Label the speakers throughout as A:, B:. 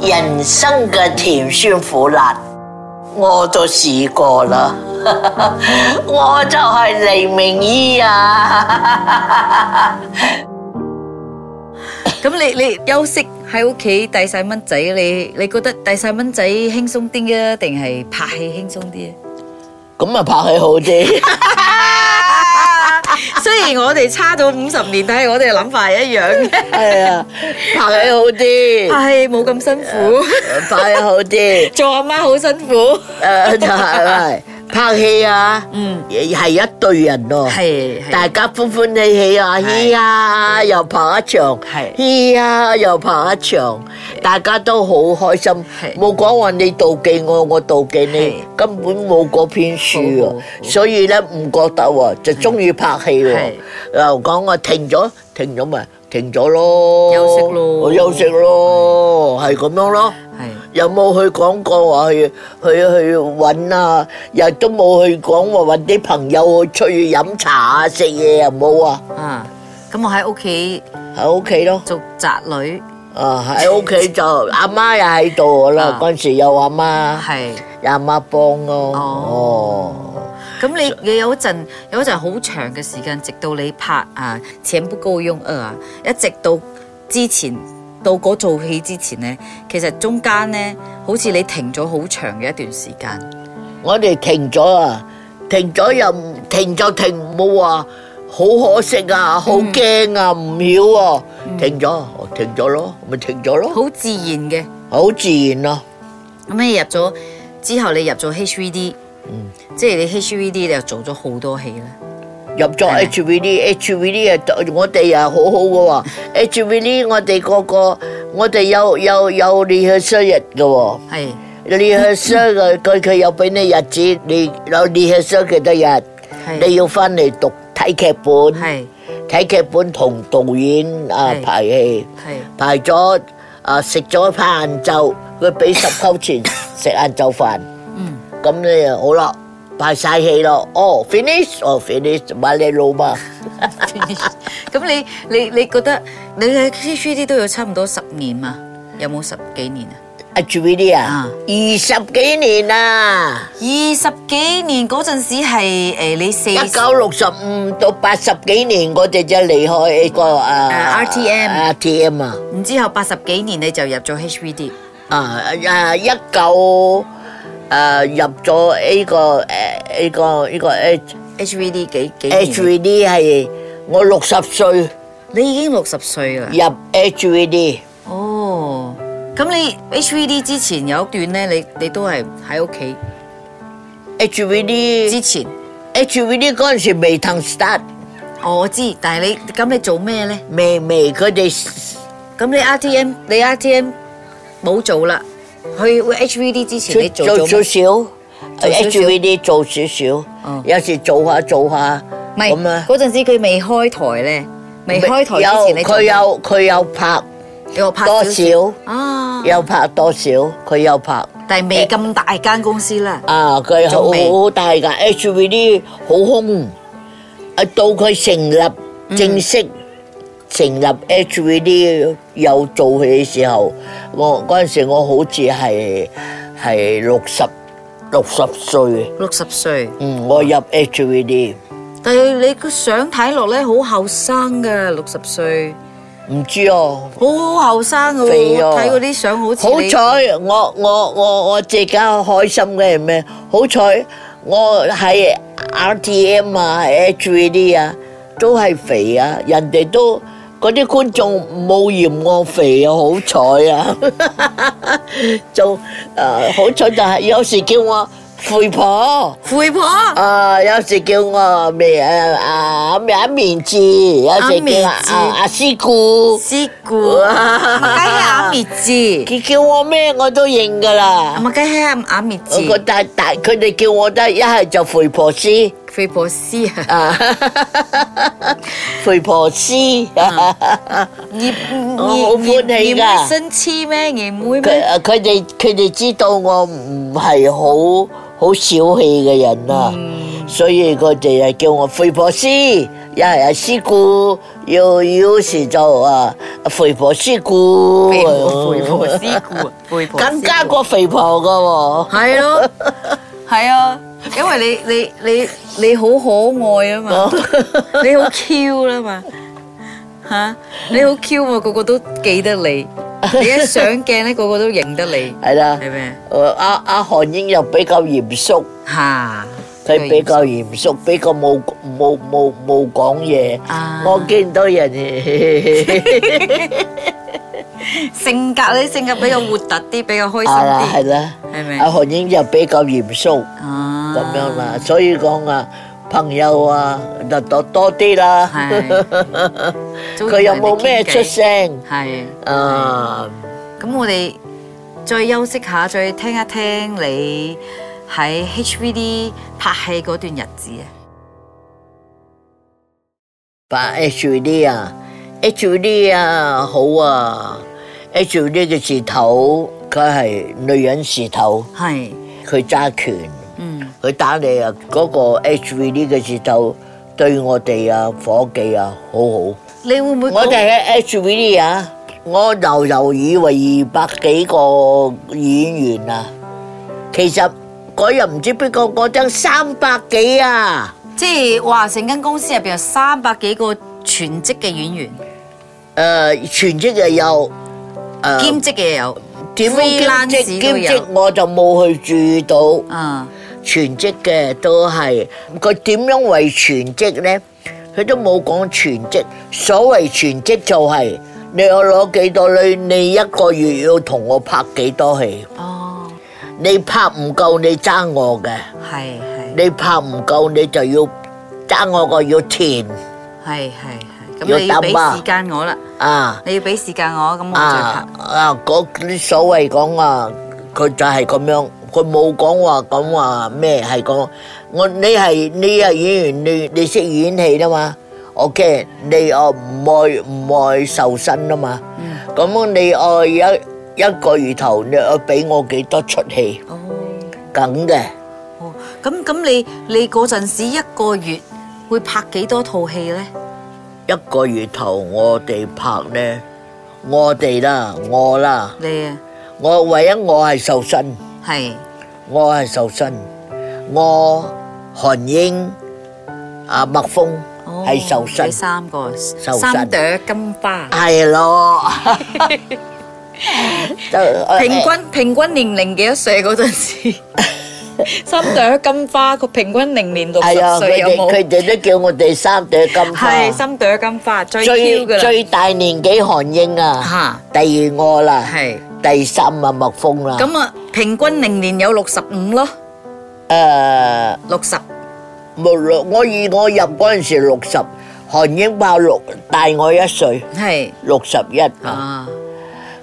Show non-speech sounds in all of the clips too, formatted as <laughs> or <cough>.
A: 人生嘅甜酸苦辣，我都試過啦。 <laughs> 我就係黎明姨啊！ <laughs>
B: 咁你你休息喺屋企帶細蚊仔，你你覺得帶細蚊仔輕鬆啲啊，定係拍戲輕鬆啲啊？
A: 咁啊，拍戲好啲。
B: <laughs> 雖然我哋差咗五十年，但係我哋嘅諗法係一樣 <laughs> 嘅，
A: <laughs> 係啊，拍戲好啲，
B: 係冇咁辛苦，
A: 拍戲好啲。
B: <laughs> 做阿媽好辛苦。
A: <laughs> 誒，就係咪拍戲啊？
B: 嗯，
A: 係一隊人咯。
B: 係係
A: 大家歡歡喜喜啊！咿呀，又拍一場，
B: 係
A: 咿呀，又拍一場，大家都好開心
B: 係。
A: 冇講話你妒忌我，我妒忌你，根本冇嗰篇書
B: 好
A: 啊
B: 好！好
A: 所以咧唔覺得喎，就中意拍戲喎
B: 係。
A: 又講我停咗，停咗咪停咗咯，
B: 休息咯
A: 我休息咯，係咁樣咯。
B: 係。
A: 有冇去講過話去去去揾啊？又都冇去講話揾啲朋友去出去飲茶啊、食嘢又冇啊？
B: 啊，咁我喺屋企
A: 喺屋企咯，
B: 做宅女，
A: 啊喺屋企就阿媽又喺度啦
B: 啊，
A: 嗰陣時有阿媽，
B: 係。
A: 有阿媽幫咯。
B: 哦
A: 哦，
B: 咁你你有一陣有一陣好長嘅時間，直到你拍啊《錢不夠用二》啊，一直到之前到嗰做戲之前呢，其實中間呢，好似你停咗好長嘅一段時間。
A: 我哋停咗啊，停咗又唔停就停，冇話好可惜啊，好驚啊，唔曉啊，
B: 嗯
A: 停咗，停咗咯，咪停咗咯，
B: 好自然嘅。
A: 好自然啊咯。
B: 咁你入咗之後，你入咗 HVD，即係你 HVD 你又做咗好多戲啦。
A: 入咗
B: 嗯
A: HVD，HVD 啊，我哋啊好好嘅喎。HVD 我哋個個，我哋有有有 rehearsal 日嘅喎
B: 係
A: rehearsal 嘅佢佢有俾你日子，你有 rehearsal 幾多日，
B: 係
A: 你要翻嚟讀睇劇
B: 係
A: 本，睇劇本同導演啊
B: 係
A: 排戲，
B: 係 <laughs>
A: 排咗啊食咗餐晏晝，佢俾十溝錢食晏晝飯。
B: 嗯
A: 咁你啊好啦，排晒戲咯，哦 finish，哦 finish，買你老嘛。
B: 咁你你你覺得你喺 HVD 都有差唔多十年嘛？有冇十幾年啊？
A: 阿 j u b i 啊
B: 啊，
A: 二十幾年啦，
B: 二十幾年嗰陣時係誒你四
A: 一九六十五到八十幾年，我哋就離開呢個啊
B: 誒
A: à,
B: RTM
A: RTM 啊，
B: 然之後八十幾年你就入咗 HVD，
A: 啊啊一九誒入咗呢個誒呢個呢個 H
B: HVD 幾幾年
A: HVD 係我六十歲
B: 你已經六十歲啦。
A: 入 HVD，
B: 哦，咁你 HVD 之前有一段咧，你你都係喺屋企之
A: HVD
B: 前，
A: HVD 嗰陣時未騰 start，
B: 我知，但係你咁你做咩咧？
A: 未未佢哋
B: 咁你 RTM 你 RTM 冇做啦，去 HVD 之前你做
A: 做
B: 咗
A: 少
B: 咩
A: 少 Ờ,
B: 做少少
A: ，HVD 做少少
B: 哦，
A: 有時做下做下
B: 唔係
A: 咁啊。
B: 嗰陣時佢未開台咧，未開台之前
A: 有
B: 你做
A: 佢
B: 咩
A: 有佢有拍
B: 你話拍
A: 多
B: 少
A: 少，
B: 啊，
A: 有拍多少，佢有拍
B: 但係未咁大間公司啦。
A: 啊！佢好
B: 仲未
A: 好大噶，HVD 好空啊！到佢成
B: 嗯
A: 立正式成立 HVD 有做戲嘅時候，我嗰陣時我好似係係六十六十歲，
B: 六十歲，
A: 嗯，我入 HVD。
B: 但係你個相睇落咧好後生嘅，六十歲，
A: 唔知哦，
B: 好好後生嘅
A: 肥
B: 喎，
A: 喎
B: 睇嗰啲相好似
A: 好
B: 你
A: 彩我我我我自己開心嘅係咩？好彩我喺 RTM 啊，HVD 啊，都係肥啊，人哋都嗰啲觀眾冇嫌我肥啊，好彩 <laughs> 啊！仲誒好彩就係有時叫我肥婆。
B: 肥婆，
A: Ờ. 啊！有時叫我咩誒啊咩啊面子，有時叫
B: 面
A: 啊
B: 子
A: 啊啊師姑。
B: 師姑，麥雞阿滅字，
A: 佢叫我咩我都認噶啦。
B: 麥雞阿阿滅
A: 我個
B: 字，
A: 大大佢哋叫我得一係就肥婆師
B: 肥婆師啊，
A: 啊， <laughs> 肥婆師
B: 啊你
A: 我好歡喜㗎
B: 你唔會生黐咩？你唔會
A: 佢啊
B: 咩？
A: 佢哋佢哋知道我唔係好好小氣嘅人啊，
B: 嗯
A: 所以佢哋係叫我肥婆師，一係啊師姑，有有時就啊肥婆師姑，嗯
B: 肥婆肥婆師思故啊，肥婆
A: 更加過肥婆噶喎。
B: 係咯，係啊，因為你你你你好可愛啊 <laughs> 嘛，你好 Q 啦嘛，吓你好 Q 喎，個個都記得你，你一上鏡咧個個都認得你，
A: 係啦，
B: 係咩？
A: 誒阿阿韓英又比較嚴肅，
B: 吓，
A: 佢比較嚴肅，比較冇冇冇冇講嘢。
B: 啊
A: 我見到人 <laughs> 哋
B: 性格咧，性格比較活突啲，比較開心
A: 係啦係
B: 啲，
A: 啦，
B: 係咪
A: 阿？韓英又比較嚴肅
B: 啊
A: 咁樣啦，所以講啊，朋友啊，就多多啲啦。
B: 係
A: 佢又冇咩出聲
B: 係。
A: 啊？
B: 咁我哋再休息下，再聽一聽你喺 HVD 拍戲嗰段日子啊。
A: 把 HVD 啊，HVD 啊好啊，HVD 嘅字頭佢係女人字頭，
B: 係，
A: 佢揸拳，
B: 嗯，
A: 佢打你啊嗰、個 HVD 嘅字頭對我哋啊伙計啊好好。
B: 你會唔會
A: 我哋喺 HVD 啊，我由由以為二百幾個演員啊，其實嗰日唔知邊個嗰張三百幾啊，
B: 即係哇，成間公司入邊有三百幾個全職嘅演員，
A: 誒、全職嘅有。誒
B: 兼職嘅又有，
A: 點樣兼
B: freelance
A: 職？
B: 都
A: 兼
B: 有
A: 職我就冇去注意到，
B: 啊，
A: 全職嘅都係佢點樣為全職呢？佢都冇講全職。所謂全職就係、你我攞幾多呢？你一個月要同我拍幾多戲？
B: 哦，
A: 你拍唔夠你爭我嘅，
B: 係係
A: 你拍唔夠你就要爭我個要填
B: 係係係，
A: 要
B: 咁你要俾
A: 抌啊
B: 時間我啦，
A: 啊！
B: 你要俾時間我，咁我再拍
A: 啊。啊！嗰啲所謂講話，佢就係咁樣，佢冇講話咁話咩，係講我你係你係演員，你你識演戲啦嘛？OK，你我唔愛唔愛受身啦嘛？咁、你愛一一個月頭，你愛俾我幾多出戲？
B: 哦
A: 梗嘅，
B: 哦，咁咁你你嗰陣時一個月會拍幾多套戲咧？
A: 一個月頭我哋拍呢，我哋啦，我啦，
B: 你啊，
A: 我唯一我係受身。
B: 係
A: 我係受身，我韓英啊麥風
B: 哦
A: 係受身
B: 你，三個
A: 身
B: 三朵金花，
A: 係咯。就
B: 平均平均年齡幾多歲嗰陣時？三朵金花個平均年齡六
A: 係啊，
B: 十
A: 佢
B: 歲有
A: 哋
B: 冇？
A: 佢哋都叫我哋三朵金
B: 係
A: 花。
B: 三朵金花最 Q
A: 最
B: 噶啦
A: 最大年紀韓英啊，
B: 嚇，
A: 第二我啦，
B: 係
A: 第三啊麥風啦。
B: 咁啊，平均年年有六十五咯，
A: 誒，
B: 六十
A: 無論我以我入嗰陣時六十，韓英爆六大我一歲，
B: 係
A: 六十一啊。
B: 啊，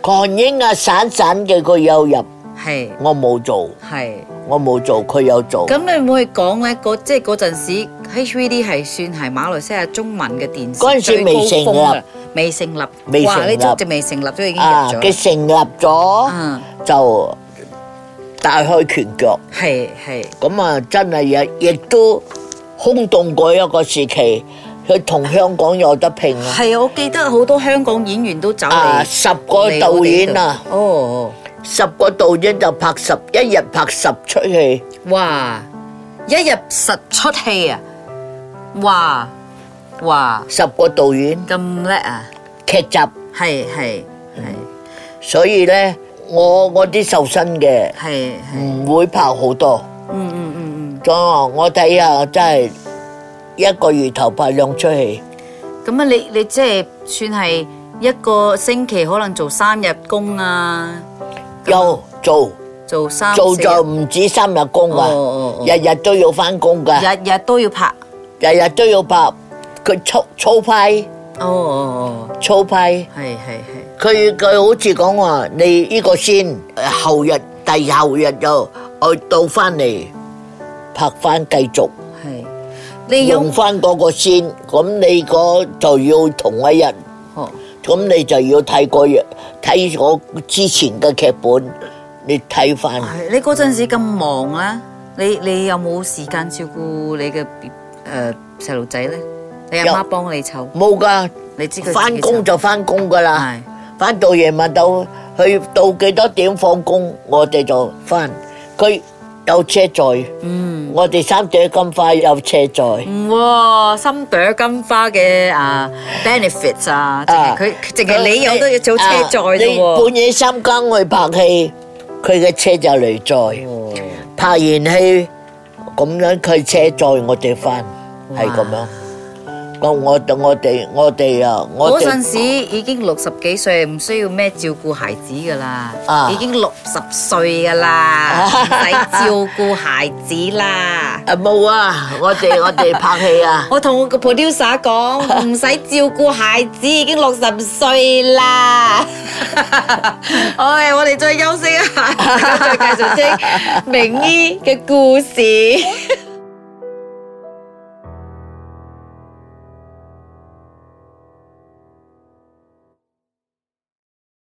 A: 韓英啊散散嘅佢有入，
B: 係
A: 我冇做。
B: 係。
A: 我冇做，佢有做。
B: 咁你會講咧，嗰即係嗰陣時 HVD 係算係馬來西亞中文嘅電視
A: 嗰陣時未成立
B: 最高峰㗎啦，未成立，
A: 未成立
B: 哇！你足就未成立都已經入
A: 啊，
B: 咗
A: 佢
B: 啦，
A: 成立咗、
B: 嗯
A: 就大開拳腳，
B: 係係
A: 咁啊真係亦亦都轟動過一個時期，佢同香港有得拼啊！
B: 係啊！我記得好多香港演員都走
A: 啊，
B: 嚟，
A: 十個導演啊，
B: 嚟我哋呢度，哦，
A: 十個導演就拍十一日拍十出戲，
B: 哇！一日實出戲啊！哇哇
A: 十個導演
B: 咁叻啊！
A: 劇集，
B: 係係
A: 所以呢，我我啲受身嘅
B: 係係，
A: 唔會拍好多。
B: 嗯嗯嗯
A: 咁我睇下真係一個月頭拍兩出戲。
B: 嗯，咁啊你你即係算係一個星期可能做三日工啊？
A: 有做
B: 做三
A: 做
B: 四
A: 就唔止三日工噶
B: 哦哦哦，
A: 日日都要翻工噶，
B: 日日都要拍。
A: 日日都要拍。佢操操派
B: 哦哦哦，
A: 操派，
B: 係係係，
A: 佢佢好似講話你呢個先，後日第後日就我到翻嚟拍翻繼續
B: 係。你有
A: 用翻嗰個先，咁你嗰就要同一日，
B: 哦
A: 咁你就要睇嗰日睇我之前嘅劇本，你睇翻。
B: 係你嗰陣時咁忙啦，你你有冇時間照顧你嘅誒細路仔咧？你阿媽
A: 有
B: 幫你湊，
A: 冇噶，
B: 你知佢自己湊
A: 翻工就翻工噶啦。
B: 係
A: 翻到夜晚到去到幾多點放工，我哋就翻。佢有車載，嗯，我哋三姐咁快有車載，
B: 哇！心朵金花嘅啊 benefits 啊，淨係佢淨係你有得要做車載啫
A: 啊哦你
B: 喎。
A: 半夜三更去拍戲，佢嘅車就嚟載。
B: 哦
A: 拍完戲咁樣，佢車載我哋翻，係咁樣。咁我我哋我哋啊，我
B: 嗰
A: 哋
B: 陣時已經六十幾歲，唔需要咩照顧孩子噶啦，
A: 啊
B: 已經六十歲噶啦，唔使照顧孩子啦。。
A: 啊冇啊，我哋我哋拍戲啊
B: 我同我個 producer 講，
A: <laughs>
B: 唔使照顧孩子，已經六十歲
A: <laughs>
B: 啦。
A: <laughs>
B: 唉，我哋再休息一下，大家再繼續聽明姨嘅故事。